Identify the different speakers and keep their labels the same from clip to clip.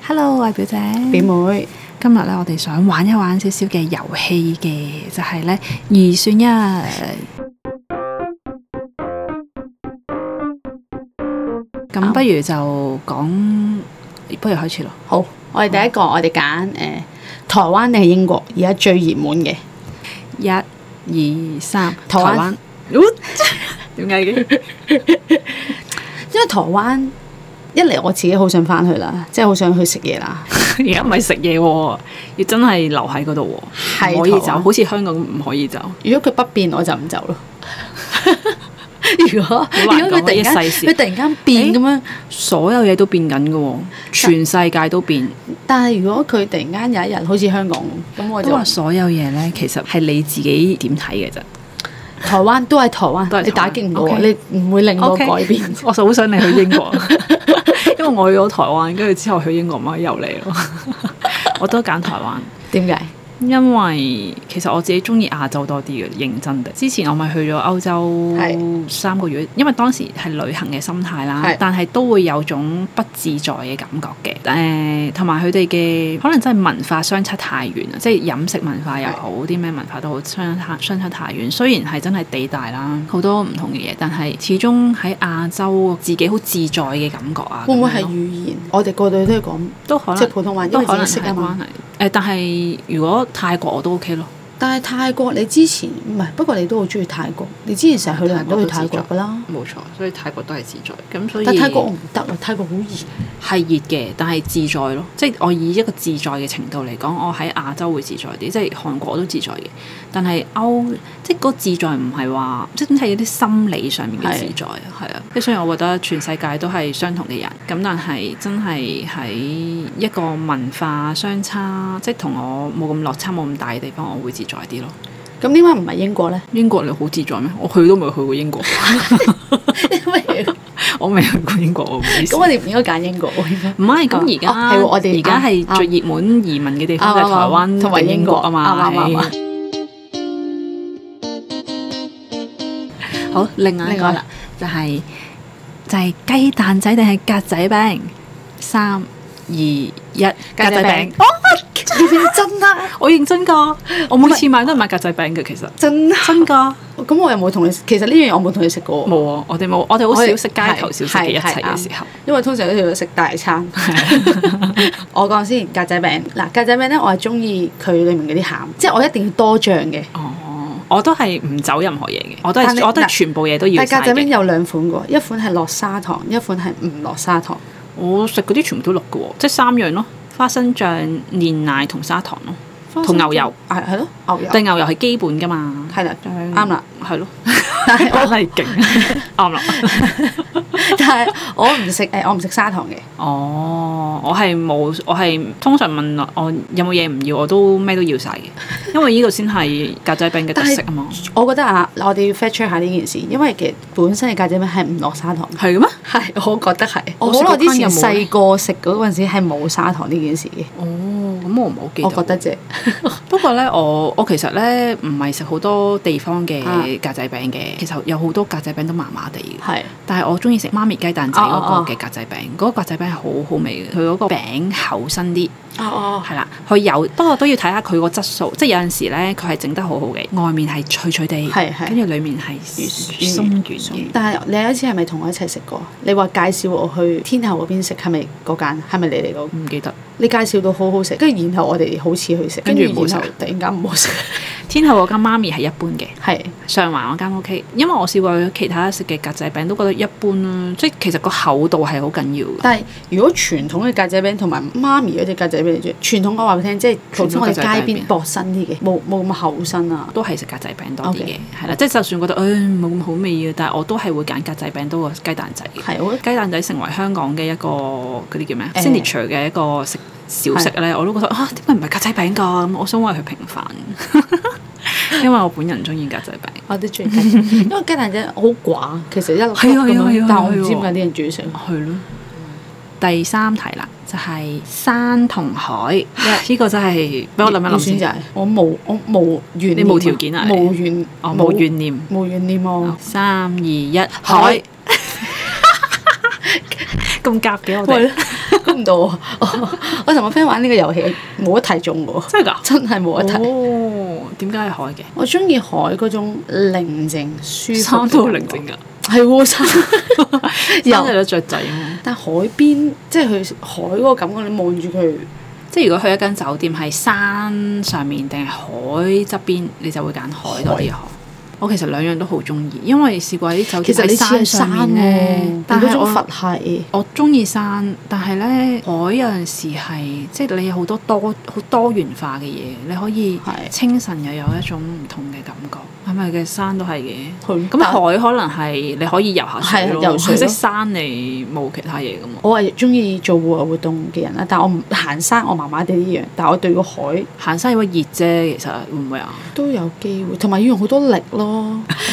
Speaker 1: Hello，我係表姐。
Speaker 2: 表妹，
Speaker 1: 今日咧，我哋想玩一玩少少嘅遊戲嘅，就係咧二選一。咁不如就講，不如開始咯。
Speaker 2: 好，我哋第一個我哋揀誒台灣定係英國，而家最熱門嘅。
Speaker 1: 一、二、三，
Speaker 2: 台灣
Speaker 1: 灣。 點解嘅？
Speaker 2: 因為台灣一嚟我自己好想翻去啦，即係好想去食嘢啦。
Speaker 1: 而家唔係食嘢喎，要真係留喺嗰度喎，
Speaker 2: 係
Speaker 1: 唔可以
Speaker 2: 台
Speaker 1: 走，
Speaker 2: 灣
Speaker 1: 好似香港咁唔可以走。
Speaker 2: 如果佢不變，我就唔 走咯。如果如
Speaker 1: 難
Speaker 2: 果佢突
Speaker 1: 講
Speaker 2: 然間
Speaker 1: 一世事
Speaker 2: 佢突然間變咁樣，
Speaker 1: 所有嘢都變緊嘅喎，全世界都變。
Speaker 2: 但係如果佢突然間有一日好似香港咁，我
Speaker 1: 都
Speaker 2: 就
Speaker 1: 話所有嘢咧，其實係你自己點睇嘅啫。
Speaker 2: 台灣都係台
Speaker 1: 都係
Speaker 2: 灣，你打擊唔到我，
Speaker 1: 台灣
Speaker 2: 你唔會令我
Speaker 1: OK
Speaker 2: 改變。
Speaker 1: 我就好想你去英國，因為我去咗台灣，跟住之後去英國咪又嚟咯。我都揀台灣，
Speaker 2: 點解？
Speaker 1: 因為其實我自己中意亞洲多啲嘅，認真嘅。之前我咪去咗歐洲
Speaker 2: 係
Speaker 1: 三個月，因為當時係旅行嘅心態啦
Speaker 2: 係，
Speaker 1: 但係都會有種不自在嘅感覺嘅。誒、同埋佢哋嘅可能真係文化相差太遠啊啦，即係飲食文化又好，啲咩文化都好，相差相差太遠。雖然係真係地大啦，好多唔同嘅嘢，但係始終喺亞洲自己好自在嘅感覺啊，
Speaker 2: 會唔會係
Speaker 1: 咁樣咯
Speaker 2: 語言？我哋個隊都要講
Speaker 1: 都可能
Speaker 2: 即係普通話，因
Speaker 1: 都
Speaker 2: 為
Speaker 1: 可
Speaker 2: 自
Speaker 1: 能
Speaker 2: 己識
Speaker 1: 係
Speaker 2: 啊嘛
Speaker 1: 關。係。誒、但係如果泰國我都 OK 咯。
Speaker 2: 但係泰國你之前唔係，不過你都好中意泰國，你之前成日去旅行都去泰國噶啦。
Speaker 1: 冇錯，所以泰國都係自在。咁所以
Speaker 2: 但泰國我唔得啊，泰國好熱。
Speaker 1: 係熱嘅，但係自在咯。即係我以一個自在嘅程度嚟講，我喺亞洲會自在啲，即係韓國都自在嘅。但係歐即係嗰自在唔係話，即係總係有啲心理上面嘅
Speaker 2: 係
Speaker 1: 自在，係啊。即係雖然我覺得全世界都係相同嘅人，咁但係真係喺一個文化相差，即係同我冇咁落差冇咁大嘅地方，我會自在啲咯。
Speaker 2: 咁點解唔係英國咧？
Speaker 1: 英國你好自在咩？我去都未去過英國，
Speaker 2: 因為
Speaker 1: 我未去過英國，我唔好意思
Speaker 2: 咁我哋唔應該揀英國喎，應該
Speaker 1: 唔哦係，咁而家
Speaker 2: 啊係喎我哋
Speaker 1: 而家係
Speaker 2: 啱啱
Speaker 1: 最熱門移民嘅地方就係台
Speaker 2: 啱
Speaker 1: 灣
Speaker 2: 啱同埋英國
Speaker 1: 啊嘛。
Speaker 2: 啱啱啱
Speaker 1: 係 好，另外一個啦，就係就係雞蛋仔定係格仔餅？三二一，格
Speaker 2: 格仔餅
Speaker 1: 哦
Speaker 2: 你認真啦，
Speaker 1: 我認真㗎，我每次買都係買格仔餅嘅，其實
Speaker 2: 真啦。
Speaker 1: 真㗎。
Speaker 2: 咁我又冇同你，其實呢樣嘢我冇同你食過喎，
Speaker 1: 冇啊，我哋冇，我哋好少
Speaker 2: 我哋
Speaker 1: 食街頭小食嘅一齊嘅時候。
Speaker 2: 因為通常都要食大 餐。我講先格仔餅嗱，格仔餅咧，我係中意佢裡面嗰啲餡，即係我一定要多醬嘅。
Speaker 1: 哦，我都係唔走任何嘢嘅，我都
Speaker 2: 但
Speaker 1: 係
Speaker 2: 係
Speaker 1: 我都係
Speaker 2: 嗱
Speaker 1: 全部嘢都要
Speaker 2: 但係
Speaker 1: 晒
Speaker 2: 格仔餅
Speaker 1: 嘅。
Speaker 2: 有兩款嘅喎，一款係落砂糖，一款係唔落砂糖。
Speaker 1: 我食嗰啲全部都綠嘅喎，即係三樣咯，花生醬、煉奶同砂糖咯，同牛油。
Speaker 2: 啊係係咯，牛油
Speaker 1: 但牛油係基本噶嘛。
Speaker 2: 係啦，
Speaker 1: 咁
Speaker 2: 啱啦。，
Speaker 1: 係咯，
Speaker 2: 但係
Speaker 1: 真係勁， 啱啦。
Speaker 2: 但係我唔食誒，我唔食砂糖嘅。
Speaker 1: 哦，我係冇，我係通常問我有冇嘢唔要，我都咩都要晒嘅，因為呢個先係格仔餅嘅特色啊嘛。
Speaker 2: 我覺得啊，我哋要 fact check 下呢件事，因為其實本身嘅格仔餅係唔落砂糖嘅。
Speaker 1: 係嘅咩？
Speaker 2: 係，我覺得係。
Speaker 1: 我
Speaker 2: 我
Speaker 1: 食
Speaker 2: 好耐之前
Speaker 1: 嗰間有冇
Speaker 2: 細個食嗰陣時係冇砂糖呢件事嘅，
Speaker 1: 哦，咁我唔好記得。
Speaker 2: 我覺得 啫。
Speaker 1: 不過咧，我我其實咧唔係食好多地方嘅
Speaker 2: 啊
Speaker 1: 格仔餅嘅，其實有好多格仔餅都麻麻地嘅。
Speaker 2: 係
Speaker 1: 但係我中意食媽咪雞蛋仔嗰
Speaker 2: 哦哦哦
Speaker 1: 個嘅格仔餅，嗰、個格仔餅係好好味嘅，佢嗰個餅厚身啲，
Speaker 2: 哦哦，
Speaker 1: 係啦，佢有不過都要睇下佢個質素，即係有陣時咧佢係整得好好嘅，外面係脆脆地，
Speaker 2: 係係
Speaker 1: 跟住裡面係鬆軟嘅。
Speaker 2: 但係你有一次係咪同我一齊食過？你話介紹我去天后嗰邊食，係咪嗰間？係咪你嚟嗰？
Speaker 1: 唔記得
Speaker 2: 你介紹到好好食，跟住然後我哋好似去食，
Speaker 1: 跟
Speaker 2: 跟
Speaker 1: 住冇
Speaker 2: 住
Speaker 1: 食
Speaker 2: 然後突然間唔好食，
Speaker 1: 天后嗰間媽咪 係一般嘅，
Speaker 2: 係
Speaker 1: 上環嗰間 OK，因為我試過其他食嘅格仔餅都覺得一般啦，即係其實個厚度係好緊要嘅。
Speaker 2: 但係如果傳統嘅格仔餅同埋媽咪嗰只格仔餅嚟傳統我話俾你聽，即係普通我哋街邊薄身啲嘅，冇冇咁厚身啊。
Speaker 1: 都係食格仔餅多啲嘅
Speaker 2: OK，
Speaker 1: 係啦，即係就算覺得誒冇咁好味嘅，但係我都係會揀格仔餅多過雞蛋仔嘅。
Speaker 2: 係，我覺得
Speaker 1: 雞蛋仔成為香港嘅一個嗰啲叫咩啊
Speaker 2: 誒
Speaker 1: signature 嘅一個食小食咧，我都覺得啊，點解唔係格仔餅㗎？咁我想為佢平 反，因為我本人中意格仔餅。
Speaker 2: 我都中意 雞蛋，因為雞蛋仔好寡，其實一粒粒
Speaker 1: 係啊
Speaker 2: 咁
Speaker 1: 係啊係
Speaker 2: 樣
Speaker 1: 啊，
Speaker 2: 但係我唔知
Speaker 1: 係啊
Speaker 2: 點解啲人中意食。
Speaker 1: 係咯。第三題啦，就係、山同海，呢個真係俾我諗一諗
Speaker 2: 就
Speaker 1: 先。
Speaker 2: 係我冇我冇怨念啊，
Speaker 1: 你冇條件啊你
Speaker 2: 冇怨
Speaker 1: 哦，冇怨念。
Speaker 2: 冇怨念啊！
Speaker 1: 三二一，
Speaker 2: 海
Speaker 1: 海。咁夾嘅我
Speaker 2: 喂
Speaker 1: 哋，，
Speaker 2: 咁唔唔到我，我 我同我 friend 玩呢個遊戲冇一題中喎，
Speaker 1: 真係㗎？
Speaker 2: 真係冇一題。
Speaker 1: 哦，點解係海嘅？
Speaker 2: 我中意海嗰種寧靜舒
Speaker 1: 生
Speaker 2: 服，
Speaker 1: 到寧靜，㗎，
Speaker 2: 係喎 生
Speaker 1: 有
Speaker 2: 有。
Speaker 1: 咗雀仔啊嘛！
Speaker 2: 但海邊即係佢海嗰個感覺，你望住佢，
Speaker 1: 即係如果去一間酒店係山上面定係海側邊，你就會揀海多啲
Speaker 3: 海
Speaker 1: 海。我其實兩樣都好中意，因為試過啲酒
Speaker 2: 其
Speaker 1: 店喺
Speaker 2: 實你似係
Speaker 1: 山
Speaker 2: 山
Speaker 1: 上面
Speaker 2: 喎
Speaker 1: 咧，，但
Speaker 2: 但嗰
Speaker 1: 係
Speaker 2: 種
Speaker 1: 我
Speaker 2: 佛係
Speaker 1: 我中意山，但係咧海有陣時係即係你有好多多好多元化嘅嘢，你可以
Speaker 2: 係
Speaker 1: 清晨又有一種唔同嘅感覺，係咪嘅山都係嘅？
Speaker 2: 佢
Speaker 1: 嗯咁海可能係你可以游下水
Speaker 2: 係
Speaker 1: 咯，
Speaker 2: 啊游水咯
Speaker 1: 即係山你冇其他嘢噶嘛。
Speaker 2: 我係中意做戶外活動嘅人啦，但我唔行山，我麻麻地呢樣，但我對個海
Speaker 1: 行山有個熱啫，其實會唔會啊？
Speaker 2: 都有機會，同埋要用好多力 咯。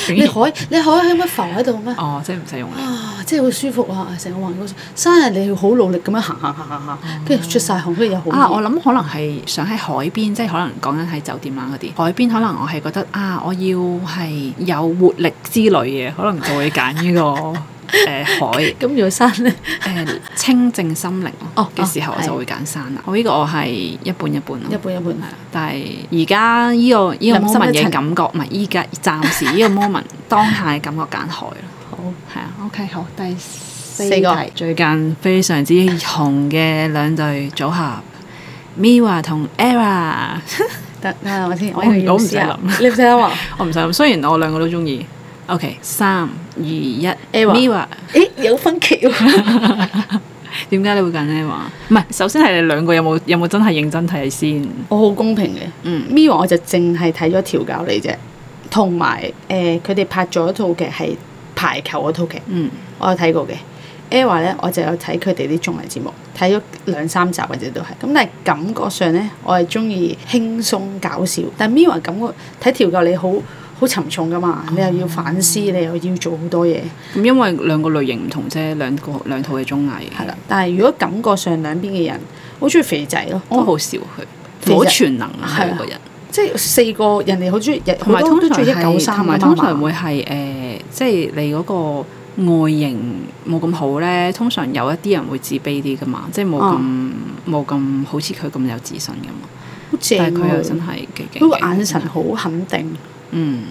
Speaker 2: 你
Speaker 1: 你
Speaker 2: 海你海係咪浮喺度咩？
Speaker 1: 哦，即係唔使用力。
Speaker 2: 啊，即係好舒服啊！成個環境好舒服山係你要好努力咁樣行行行行行，跟住出晒汗，跟住又好熱
Speaker 1: 啊！我諗可能係想喺海邊，即係可能講緊喺酒店啊嗰啲海邊，可能我係覺得啊，我要係有活力之類嘅，可能就會揀呢個 誒、海。
Speaker 2: 咁如果山咧，
Speaker 1: 誒、清靜心靈
Speaker 2: 哦
Speaker 1: 嘅時候，
Speaker 2: 哦
Speaker 1: 我就會揀山啦。我呢個我係一半一半
Speaker 2: 一
Speaker 1: 咯，
Speaker 2: 半一半係
Speaker 1: 係啦。但係而家呢個呢、個
Speaker 2: 人心一
Speaker 1: moment
Speaker 2: 層
Speaker 1: 嘅感覺，唔係依家暫時呢個 moment 當下嘅感覺揀海咯。
Speaker 2: 好。
Speaker 1: 係啊，OK，好，第四
Speaker 2: 四個
Speaker 1: 題最近非常之紅嘅兩隊組合，Miwa 同 Era，
Speaker 2: 等等下我先，哦我
Speaker 1: 我
Speaker 2: 呢個要
Speaker 1: 我唔使
Speaker 2: 試下
Speaker 1: 諗
Speaker 2: 你唔使諗啊？
Speaker 1: 我唔想，雖然我兩個都中意。OK，三二一
Speaker 2: Era
Speaker 1: Miwa，
Speaker 2: 誒有分歧喎，
Speaker 1: 點解你會揀 Era？唔係，首先係你兩個有冇有冇真係認真睇先？
Speaker 2: 我好公平嘅。
Speaker 1: 嗯，
Speaker 2: Miu 我就淨係睇咗調教你啫，同埋誒佢哋拍咗一套劇係排球嗰套劇，
Speaker 1: 嗯，
Speaker 2: 我有睇過嘅。Era 咧，我就有睇佢哋啲綜藝節目，睇咗兩三集或者都係。咁但係感覺上咧，我係中意輕鬆搞笑。但 Miu 感覺睇調教你好好沉重噶嘛，你又要反思，你又要做好多嘢，
Speaker 1: 咁因為兩個類型唔同啫，兩個兩套嘅綜藝
Speaker 2: 係啦。但係如果感覺上兩邊嘅人，我好中意肥仔咯，
Speaker 1: 都
Speaker 2: 我
Speaker 1: 好少
Speaker 2: 哦其實
Speaker 1: 佢，好全能啊，
Speaker 2: 係啊
Speaker 1: 兩個人。
Speaker 2: 即係四個人哋好中意，
Speaker 1: 同
Speaker 2: 好
Speaker 1: 埋
Speaker 2: 多
Speaker 1: 通
Speaker 2: 都
Speaker 1: 常
Speaker 2: 中意一
Speaker 1: 係
Speaker 2: 九三啊
Speaker 1: 同埋通常會係誒、呃即係你嗰個外形冇咁好咧，通常有一啲人會自卑啲噶嘛，即係冇咁
Speaker 2: 哦
Speaker 1: 冇咁好似佢咁有自信噶嘛。
Speaker 2: 好正
Speaker 1: 但係佢又
Speaker 2: 喎
Speaker 1: 真係幾勁，
Speaker 2: 佢個眼神好肯定，
Speaker 1: 嗯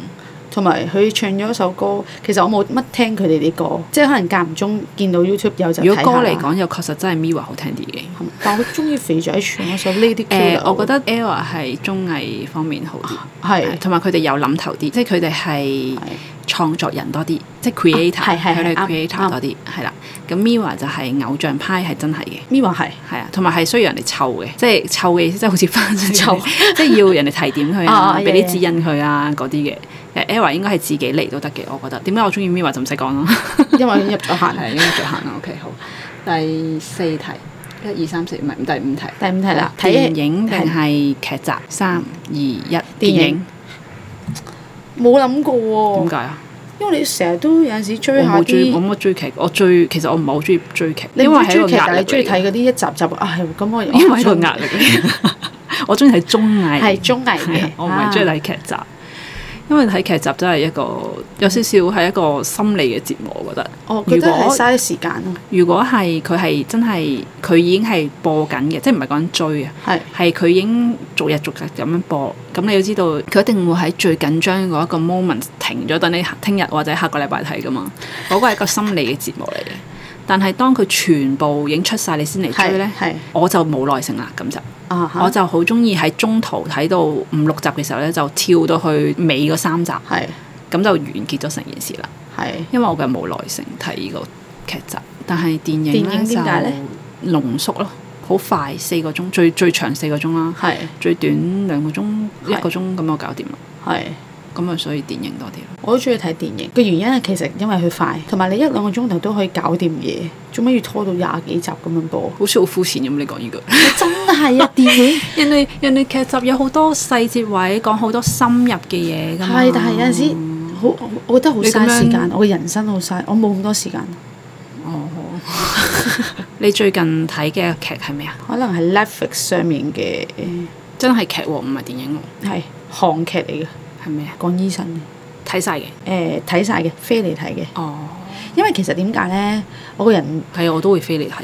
Speaker 2: 同埋佢唱咗一首歌。其實我冇乜聽佢哋啲歌，即係可能間唔中見到 YouTube 有就睇
Speaker 1: 如
Speaker 2: 下
Speaker 1: 果
Speaker 2: 啦
Speaker 1: 歌嚟，講，又確實真係 Miwa 好聽啲嘅。
Speaker 2: 係咪但我中意肥仔唱嗰首 Lady
Speaker 1: 誒、
Speaker 2: Killer
Speaker 1: 我覺得 Ella 係綜藝方面好啲，
Speaker 2: 係
Speaker 1: 同埋佢哋有諗頭啲，即係佢哋係
Speaker 2: 係
Speaker 1: 創作人多啲，即係 creator，
Speaker 2: 啊係係
Speaker 1: 佢哋
Speaker 2: 係啱
Speaker 1: creator 多啲，係啦。咁 Miwa 就係偶像派，係真係嘅。
Speaker 2: Miwa 係
Speaker 1: 係啊，同埋係需要人哋湊嘅，即係湊嘅意思，即係好似翻身
Speaker 2: 湊，
Speaker 1: 即 係要人哋提點佢
Speaker 2: 啊啊
Speaker 1: 啊，俾
Speaker 2: 係係
Speaker 1: 啲指引佢啊嗰啲嘅。誒 Era 應該係自己嚟都得嘅，我覺得。點解我中意 Miwa 就唔使講啊啦，
Speaker 2: 因為入咗行。
Speaker 1: 係因為再行啦。OK，好，第四題，一二三四，唔係第五題。
Speaker 2: 第五題啦，睇
Speaker 1: 電
Speaker 2: 戲
Speaker 1: 影定係劇集？三二一，電
Speaker 2: 電影
Speaker 1: 影
Speaker 2: 冇諗過
Speaker 1: 點
Speaker 2: 喎，
Speaker 1: 解啊？
Speaker 2: 因為你成日都有陣時
Speaker 1: 我
Speaker 2: 追下
Speaker 1: 冇追，我
Speaker 2: 啲。
Speaker 1: 冇追劇，我追其實我唔係好中意追劇，
Speaker 2: 你
Speaker 1: 因
Speaker 2: 唔
Speaker 1: 為係一個
Speaker 2: 中意追劇，
Speaker 1: 壓
Speaker 2: 但
Speaker 1: 力
Speaker 2: 係你中意
Speaker 1: 嚟
Speaker 2: 睇
Speaker 1: 嘅，
Speaker 2: 嗰啲一集集啊，係喎咁 我
Speaker 1: 因為係一
Speaker 2: 我
Speaker 1: 個
Speaker 2: 中
Speaker 1: 壓力嚟嘅。 我中意睇綜藝，
Speaker 2: 係綜 藝
Speaker 1: 係啊
Speaker 2: 嘅，
Speaker 1: 我唔係中意
Speaker 2: 啊
Speaker 1: 睇劇集，因為睇劇集真係一個有少少係一個心理嘅折磨，我覺得。
Speaker 2: 我覺得
Speaker 1: 如
Speaker 2: 係
Speaker 1: 果
Speaker 2: 嘥時間啊咯，
Speaker 1: 如果係佢係真係佢已經係播緊嘅，即係唔係講追啊，
Speaker 2: 係
Speaker 1: 係佢已經逐日逐日咁樣播。咁你要知道，佢一定會喺最緊張嗰一個 moment 停咗，等你聽日或者下個禮拜睇噶嘛。嗰、個係一個心理嘅折磨嚟嘅。但係當佢全部影出晒，你先嚟追
Speaker 2: 係
Speaker 1: 呢，
Speaker 2: 係
Speaker 1: 我就冇耐性啦，咁就。
Speaker 2: 啊
Speaker 1: 我
Speaker 2: 哈，
Speaker 1: 就好中意喺中途睇到五六集嘅時候咧，就跳到去尾嗰三集，
Speaker 2: 係
Speaker 1: 咁就完結咗成件事啦。
Speaker 2: 係。
Speaker 1: 因為我嘅冇耐性睇呢個劇集，但係電影
Speaker 2: 電影點解咧
Speaker 1: 就濃縮咯，好快四個鐘，最最長四個鐘啦，
Speaker 2: 係
Speaker 1: 最短兩個鐘
Speaker 2: 係
Speaker 1: 一個鐘咁我搞掂啦。
Speaker 2: 係，
Speaker 1: 咁啊，所以電影多啲咯。
Speaker 2: 我都中意睇電影。個原因係其實因為佢快，同埋你一兩個鐘頭都可以搞掂嘢，做咩要拖到廿幾集咁樣
Speaker 1: ？
Speaker 2: 播
Speaker 1: 好似好膚淺咁，你講呢句。
Speaker 2: 真係啊，電影
Speaker 1: 人哋人哋劇集有好多細節位，講好多深入嘅嘢㗎嘛。
Speaker 2: 係，但係有陣時好，我我覺得好
Speaker 1: 你咁
Speaker 2: 嘥
Speaker 1: 樣
Speaker 2: 時間。我嘅人生好嘥，我冇咁多時間。
Speaker 1: 哦，好你最近睇嘅劇係咩啊？
Speaker 2: 可能係 Netflix 上面嘅
Speaker 1: 真係劇喎，唔係電影
Speaker 2: 係韓劇嚟嘅，
Speaker 1: 喎，係咩啊？
Speaker 2: 講醫生嘅。
Speaker 1: 睇晒嘅。
Speaker 2: 呃誒睇晒嘅，飛嚟睇嘅，
Speaker 1: 哦，
Speaker 2: 因為其實點解咧，我個人
Speaker 1: 係啊，我都會飛嚟睇嘅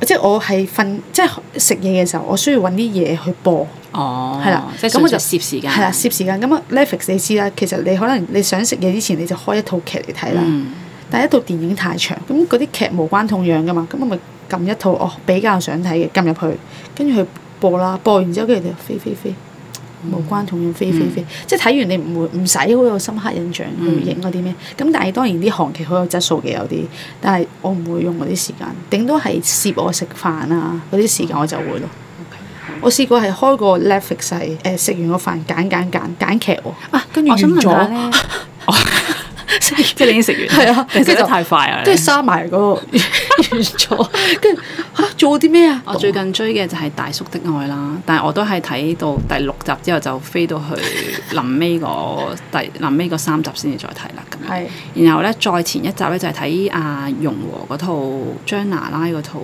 Speaker 1: 其實。
Speaker 2: 即係我係瞓，即係食嘢嘅時候，我需要揾啲嘢去播。
Speaker 1: 哦，
Speaker 2: 係啦
Speaker 1: 即係
Speaker 2: 咁
Speaker 1: 咁
Speaker 2: 我就
Speaker 1: 就攝時間。
Speaker 2: 係啦，攝時間咁啊，Netflix 你知啦，其實你可能你想食嘢之前，你就開一套劇嚟睇啦。
Speaker 1: 嗯，
Speaker 2: 但係一套電影太長，咁嗰啲劇無關痛癢噶嘛，咁我咪撳一套我比較想睇嘅撳入去，跟住佢播啦，播完之後跟住就飛飛飛，無關痛癢飛飛飛，即係睇完你唔會唔使好有深刻印象去影嗰啲咩，咁但係當然啲韓劇好有質素嘅有啲，但係我唔會用嗰啲時間，頂多係攝我食飯啊嗰啲時間我就會咯。我試過係開個 Netflix 係誒食完個飯揀揀揀揀劇喎，
Speaker 1: 啊，
Speaker 2: 跟住
Speaker 1: 我想
Speaker 2: 完
Speaker 1: 問下
Speaker 2: 咗，
Speaker 1: 咧， 即係你已經食完，
Speaker 2: 係啊
Speaker 1: 你食
Speaker 2: 跟住
Speaker 1: 得
Speaker 2: 就
Speaker 1: 太快啊！你
Speaker 2: 跟住閂埋嗰個完咗，跟住嚇做啲咩啊？
Speaker 1: 我最近追嘅就係《大叔的愛》啦，但係我都係睇到第六集之後就飛到去臨尾嗰第臨尾嗰三集先至再睇啦咁樣。
Speaker 2: 係
Speaker 1: 然後咧，再前一集咧就係睇阿容和嗰套張娜拉嗰套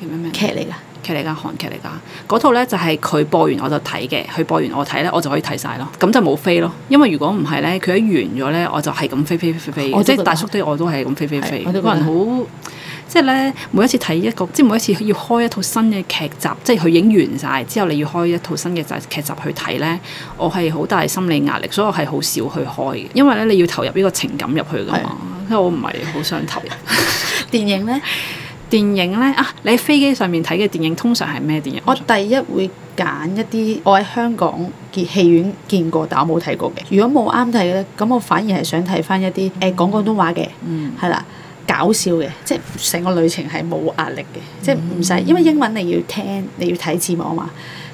Speaker 1: 叫咩名
Speaker 2: 劇嚟㗎，
Speaker 1: 劇嚟㗎，韓劇嚟㗎。嗰套咧就係佢播完我就睇嘅，佢播完我睇咧，我就可以睇晒咯。咁就冇飛咯，因為如果唔係咧，佢一完咗咧，我就係咁飛飛飛飛
Speaker 2: 我
Speaker 1: 飛，即
Speaker 2: 都覺
Speaker 1: 係
Speaker 2: 得
Speaker 1: 大叔啲我都係咁飛飛飛
Speaker 2: 係。我都覺
Speaker 1: 個
Speaker 2: 得
Speaker 1: 人好，即係咧每一次睇一個，即係每一次要開一套新嘅劇集，即係佢已經完晒之後，你要開一套新嘅劇集去睇咧，我係好大心理壓力，所以我係好少去開嘅，因為咧你要投入呢個情感入去㗎嘛，因為我唔係好想投入。
Speaker 2: 電影咧，
Speaker 1: 電影咧啊，你喺飛機上面睇嘅電影通常係咩電影？
Speaker 2: 我第一會揀一啲我喺香港嘅戲院見過，但我冇睇過嘅。如果冇啱睇嘅咧，咁我反而係想睇翻一啲誒講廣東話嘅，
Speaker 1: 嗯
Speaker 2: 係啦。搞笑嘅，即係成個旅程係冇壓力嘅，即係唔
Speaker 1: 嗯
Speaker 2: 使，因為英文你要聽，你要睇字幕啊嘛。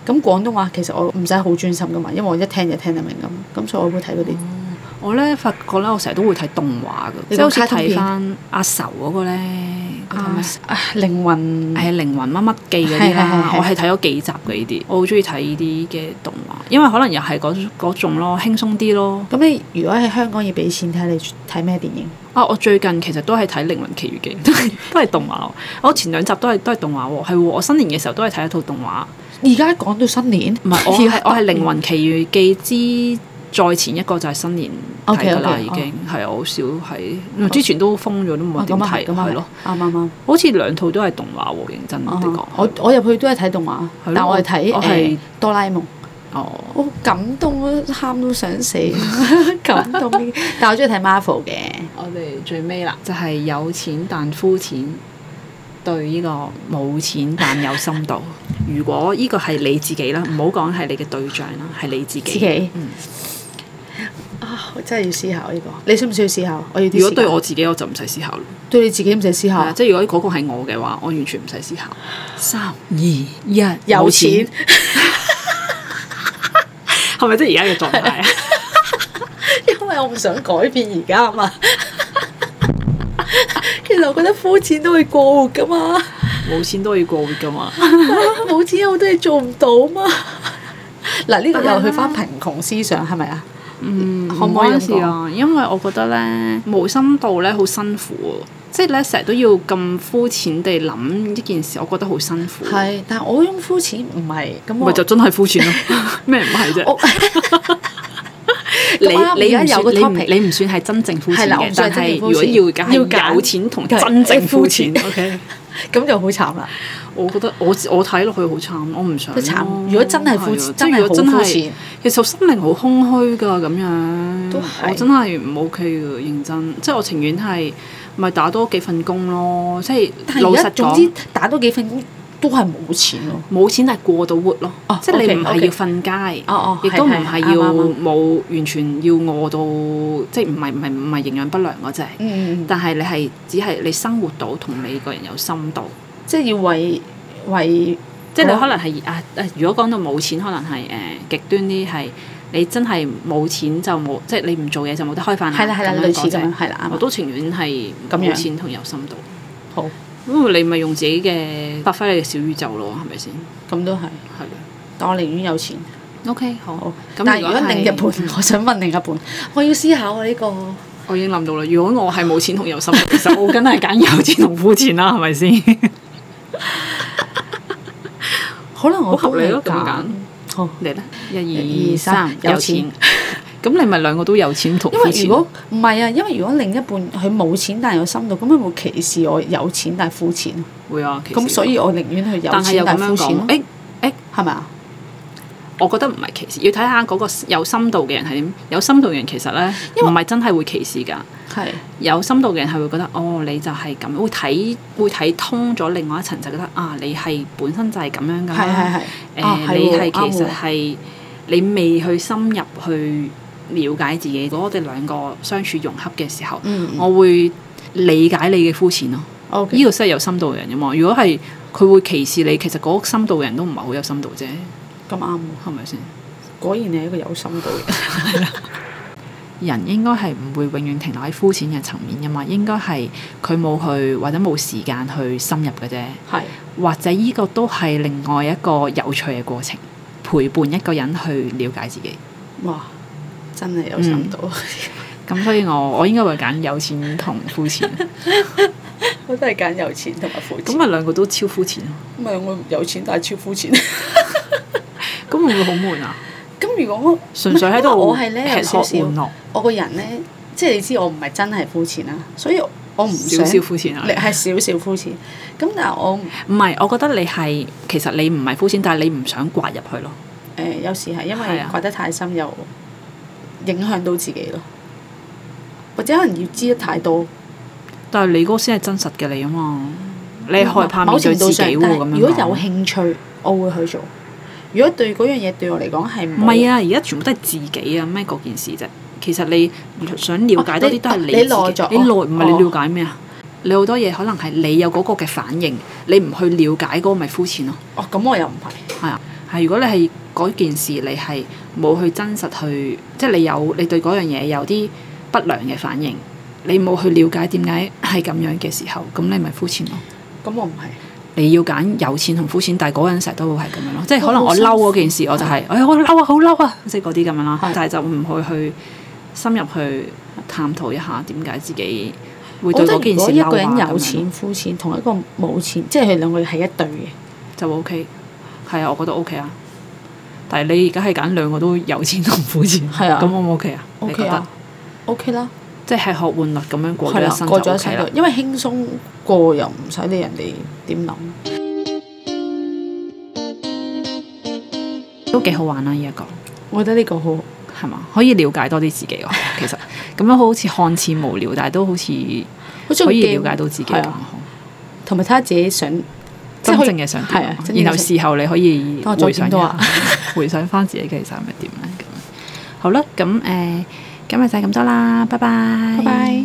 Speaker 2: 咁廣東話其實我唔使好專心噶嘛，因為我一聽就聽得明咁，咁所以我會睇嗰啲。
Speaker 1: 嗯我咧發覺咧，我成日都會睇動畫嘅，即
Speaker 2: 你
Speaker 1: 係好
Speaker 2: 講
Speaker 1: 似
Speaker 2: 卡通片
Speaker 1: 睇翻阿愁嗰個咧，嗰個
Speaker 2: 啊
Speaker 1: 咩？
Speaker 2: 啊靈魂
Speaker 1: 係靈魂乜乜記嗰啲啦，
Speaker 2: 係係係係
Speaker 1: 我係睇咗幾集嘅呢啲，我好中意睇呢啲嘅動畫，因為可能又係嗰嗰種咯，輕鬆啲咯。
Speaker 2: 咁你如果喺香港要俾錢睇，你睇咩電影？
Speaker 1: 啊，我最近其實都係睇《靈魂奇遇記》，都 係都係動畫。我前兩集都係都係動畫喎，係喎。我新年嘅時候都係睇一套動畫，
Speaker 2: 而家講到新年，
Speaker 1: 唔係我 係我係《靈魂奇遇記》之。再前一個就係新年睇㗎啦，
Speaker 2: OK，OK，哦
Speaker 1: 已經係我好少喺，因為之前都封咗，都冇乜點
Speaker 2: 咁啊
Speaker 1: 睇，
Speaker 2: 咁啊
Speaker 1: 係咯。
Speaker 2: 啱啱啱。
Speaker 1: 好似兩套都係動畫喎，認真啲講
Speaker 2: 啊。我我入去都係睇動畫，
Speaker 1: 係咯
Speaker 2: 但我係睇
Speaker 1: 我係
Speaker 2: 誒哆啦 A 夢，
Speaker 1: 哦，
Speaker 2: 我感動都喊到想死， 感動。 但我中意睇 Marvel 嘅，
Speaker 1: 我哋最尾啦，就係有錢但膚淺，對呢個冇錢但有深 度。如果呢個係你自己啦，唔好講係你嘅對象啦，係你自己。
Speaker 2: 自己
Speaker 1: 嗯
Speaker 2: 啊，我真係要思考呢個。你需唔需要思考？我要啲
Speaker 1: 如果
Speaker 2: 時間
Speaker 1: 對我自己，我就唔使思考啦。
Speaker 2: 對你自己唔使思
Speaker 1: 係啊
Speaker 2: 考，
Speaker 1: 即係如果嗰個係我嘅話，我完全唔使思考。三二一，錢
Speaker 2: 有 錢。
Speaker 1: 係咪即係而家嘅狀態 啊？
Speaker 2: 因為我唔想改變而家啊嘛。 其實我覺得膚淺都會過活噶 嘛，
Speaker 1: 冇錢都要過活㗎嘛。
Speaker 2: 冇錢有好多嘢做唔到嘛。嗱，呢個又去翻貧窮思想係咪啊？
Speaker 1: 嗯，
Speaker 2: 可唔可以咁
Speaker 1: 事啊？因為我覺得咧，無深度咧好辛苦喎，即係咧成日都要咁膚淺地諗一件事，我覺得好辛苦。
Speaker 2: 係，但係我嗰種膚淺唔係咁我
Speaker 1: 咪就真係膚淺咯， 咩唔係啫
Speaker 2: 我？
Speaker 1: 你
Speaker 2: 咁啱
Speaker 1: 你
Speaker 2: 而
Speaker 1: 唔
Speaker 2: 家有個
Speaker 1: 算你唔
Speaker 2: topic
Speaker 1: 你唔算係真正膚淺
Speaker 2: 係啦我
Speaker 1: 嘅
Speaker 2: 唔，
Speaker 1: 但
Speaker 2: 算係真
Speaker 1: 係
Speaker 2: 正
Speaker 1: 如
Speaker 2: 膚
Speaker 1: 果
Speaker 2: 淺
Speaker 1: 要揀
Speaker 2: 要揀
Speaker 1: 有錢同真正膚淺
Speaker 2: 係
Speaker 1: ，OK？
Speaker 2: 咁就好慘啦，
Speaker 1: 我覺得我我睇落去好慘，我唔想
Speaker 2: 都慘
Speaker 1: 咯。
Speaker 2: 如果真係膚
Speaker 1: 係啊
Speaker 2: 淺，
Speaker 1: 即
Speaker 2: 真
Speaker 1: 係
Speaker 2: 係
Speaker 1: 如
Speaker 2: 好
Speaker 1: 果真
Speaker 2: 膚
Speaker 1: 係
Speaker 2: 淺。
Speaker 1: 其實心靈好空虛㗎，咁樣
Speaker 2: 都係
Speaker 1: 我真係唔 OK 嘅，認真。即係我情願係咪打多幾份工咯？即
Speaker 2: 但
Speaker 1: 係老
Speaker 2: 係而
Speaker 1: 實
Speaker 2: 家總之
Speaker 1: 講，
Speaker 2: 打多幾份工都係冇錢咯。
Speaker 1: 冇錢但係過到活咯。
Speaker 2: 哦
Speaker 1: 即係你唔係
Speaker 2: OK，OK
Speaker 1: 要瞓街，
Speaker 2: 哦哦
Speaker 1: 亦都唔係要
Speaker 2: 啱啱啱
Speaker 1: 冇完全要餓到，即係唔係唔係唔係營養不良嗰只。
Speaker 2: 嗯，
Speaker 1: 但係你係只係你生活到同你個人有深度。
Speaker 2: 即係要為為
Speaker 1: 即係你
Speaker 2: 好
Speaker 1: 可能係啊誒，如果講到冇錢，可能係誒、極端啲係你真係冇錢就冇，即係你唔做嘢就冇得開飯啦。
Speaker 2: 係啦係啦，
Speaker 1: 咁樣
Speaker 2: 類似
Speaker 1: 啊講
Speaker 2: 咁
Speaker 1: 啫啊
Speaker 2: 樣係
Speaker 1: 我
Speaker 2: 啦，啱啊啦
Speaker 1: 都情願係
Speaker 2: 咁
Speaker 1: 冇
Speaker 2: 樣
Speaker 1: 錢同有深度，
Speaker 2: 好
Speaker 1: 因為你咪用自己嘅發揮你嘅小宇宙咯，係咪先？
Speaker 2: 咁都係。
Speaker 1: 係咯。
Speaker 2: 但我寧願有錢。
Speaker 1: OK，好
Speaker 2: 好。
Speaker 1: 咁
Speaker 2: 但係如果
Speaker 1: 係
Speaker 2: 另一半， 我想問另一半，我要思考啊呢個。
Speaker 1: 我已經諗到啦。如果我係冇錢同有深度，其實我梗係揀有錢同膚淺啦，係咪 先？
Speaker 2: 可能我
Speaker 1: 好合理咯
Speaker 2: 都係
Speaker 1: 咁樣揀
Speaker 2: 好。嗯
Speaker 1: 你咧，一二
Speaker 2: 一二三
Speaker 1: 三，有
Speaker 2: 有錢
Speaker 1: 錢。咁你咪兩個都有錢同
Speaker 2: 因
Speaker 1: 膚
Speaker 2: 為
Speaker 1: 淺啊
Speaker 2: 如果唔係啊，因為如果另一半佢冇錢但係有深度，咁佢會歧視我有錢但係膚淺。
Speaker 1: 會啊，其實
Speaker 2: 咁所以我寧願佢有
Speaker 1: 但係又
Speaker 2: 錢
Speaker 1: 咁
Speaker 2: 但係膚
Speaker 1: 樣
Speaker 2: 淺
Speaker 1: 講，
Speaker 2: 咯，
Speaker 1: 誒誒，
Speaker 2: 係咪啊？
Speaker 1: 我覺得唔係歧視，要睇下嗰個有深度嘅人係點。有深度嘅人其實咧，
Speaker 2: 因
Speaker 1: 唔
Speaker 2: 為
Speaker 1: 係真係會歧視㗎。
Speaker 2: 係
Speaker 1: 有深度嘅人係會覺得，哦，你就係咁，會睇會睇通咗另外一層，就覺得啊，你係本身就係咁樣㗎
Speaker 2: 係係
Speaker 1: 啦。
Speaker 2: 係。
Speaker 1: 誒、
Speaker 2: 啊係
Speaker 1: 你
Speaker 2: 喎
Speaker 1: 係
Speaker 2: 啱
Speaker 1: 其實
Speaker 2: 喎
Speaker 1: 係你未去深入去了解自己。如果我哋兩個相處融洽嘅時候，
Speaker 2: 嗯
Speaker 1: 我會理解你嘅膚淺咯。
Speaker 2: ，O
Speaker 1: 呢
Speaker 2: K，
Speaker 1: 個先係有深度嘅人㗎嘛。如果係佢會歧視你，其實嗰個深度嘅人都唔係好有深度啫，
Speaker 2: 咁啱喎。
Speaker 1: 係咪先？
Speaker 2: 果然你係一個有深度嘅人。
Speaker 1: 人應該係唔會永遠停留喺膚淺嘅層面㗎嘛，應該係佢冇去或者冇時間去深入嘅啫，
Speaker 2: 係
Speaker 1: 或者呢個都係另外一個有趣嘅過程，陪伴一個人去了解自己。
Speaker 2: 哇，真係有深度。
Speaker 1: 嗯咁所以我我應該會揀有錢同膚 淺，
Speaker 2: 我都係揀有錢同埋膚
Speaker 1: 咁啊
Speaker 2: 淺。
Speaker 1: 咪兩個都超膚淺咯，
Speaker 2: 咁咪我有錢但係超膚淺。
Speaker 1: 咁會唔會好悶啊？
Speaker 2: 咁如果我
Speaker 1: 純粹喺度
Speaker 2: 因為我係咧有
Speaker 1: 吃喝
Speaker 2: 少少
Speaker 1: 玩樂，
Speaker 2: 我個人咧，即係你知我唔係真係膚淺啦，所以我唔
Speaker 1: 少
Speaker 2: 想
Speaker 1: 少膚淺啊
Speaker 2: 你！係少少膚淺。咁但係我誒、
Speaker 1: 唔係，我覺得你係其實你唔係膚淺，但係你唔想刮入去咯。
Speaker 2: 呃有時係因
Speaker 1: 係
Speaker 2: 為
Speaker 1: 啊
Speaker 2: 刮得太深又影響到自己咯，或者可能要知得太多。
Speaker 1: 但係你嗰個先係真實嘅你啊嘛，你係害怕
Speaker 2: 嗯某
Speaker 1: 面對
Speaker 2: 程
Speaker 1: 自
Speaker 2: 度
Speaker 1: 己
Speaker 2: 上，
Speaker 1: 喎
Speaker 2: 但係
Speaker 1: 咁樣講。
Speaker 2: 如果有興趣，我會去做。如果對嗰樣嘢對我嚟講係
Speaker 1: 唔
Speaker 2: 唔
Speaker 1: 係啊，而家全部都係自己啊，咩嗰件事啫？其實你想了解多
Speaker 2: 哦你
Speaker 1: 啲都係你
Speaker 2: 你
Speaker 1: 自己，
Speaker 2: 內在
Speaker 1: 你內
Speaker 2: 哦
Speaker 1: 唔係你了解咩啊？你好多嘢可能係你有嗰個嘅反應，你唔去了解嗰個咪膚淺咯。
Speaker 2: 哦，咁我又唔係。
Speaker 1: 係啊，係如果你係嗰件事你係冇去真實去，即係你有你對嗰樣嘢有啲不良嘅反應，你冇去了解點解係咁樣嘅時候，咁你咪膚淺咯。
Speaker 2: 咁我唔係，
Speaker 1: 你要揀有錢同膚淺，但係嗰個人成日都會係咁樣咯，即係可能
Speaker 2: 哦好
Speaker 1: 我
Speaker 2: 辛苦
Speaker 1: 嬲嗰件事，我就係、哎我嬲啊，好嬲啊，即係嗰啲咁樣啦
Speaker 2: 係，
Speaker 1: 但係就唔去去深入去探討一下點解自己會
Speaker 2: 我
Speaker 1: 對
Speaker 2: 覺
Speaker 1: 嗰
Speaker 2: 得如
Speaker 1: 件事
Speaker 2: 果一
Speaker 1: 嬲啊
Speaker 2: 個人有
Speaker 1: 咁樣
Speaker 2: 錢膚淺，同一個冇錢，即係佢兩個係一對嘅。
Speaker 1: 就 OK，係啊，我覺得 OK 啊。但係你而家係揀兩個都有錢同膚淺，
Speaker 2: 係啊
Speaker 1: 咁我唔 OK 啊你
Speaker 2: O
Speaker 1: 覺
Speaker 2: K
Speaker 1: 得
Speaker 2: 啊，O K 啦，
Speaker 1: 即係吃喝玩樂咁樣過
Speaker 2: 係
Speaker 1: 咗一
Speaker 2: 啦，
Speaker 1: 生
Speaker 2: 過
Speaker 1: 就
Speaker 2: 咗一
Speaker 1: OK
Speaker 2: 生
Speaker 1: 啦
Speaker 2: 就，。因為輕鬆過又唔使理人哋點諗。
Speaker 1: 都幾好玩啦啊呢一個。
Speaker 2: 我覺得呢個好，
Speaker 1: 係嘛？可以了解多啲自己喎。其實咁樣好似看似無聊，但係都好似
Speaker 2: 好似
Speaker 1: 可以
Speaker 2: 好驚
Speaker 1: 了解到自己
Speaker 2: 係
Speaker 1: 咁
Speaker 2: 啊
Speaker 1: 好。
Speaker 2: 同埋睇下自己想即
Speaker 1: 真
Speaker 2: 係可以
Speaker 1: 正嘅想
Speaker 2: 係啊
Speaker 1: 點，
Speaker 2: 真正嘅
Speaker 1: 然後事後你可以
Speaker 2: 等我再
Speaker 1: 回想一
Speaker 2: 檢討
Speaker 1: 下
Speaker 2: 下，
Speaker 1: 回想翻自己其實係咪點咧咁樣。好啦，咁誒、呃今日就係咁多啦，拜拜，
Speaker 2: 拜拜。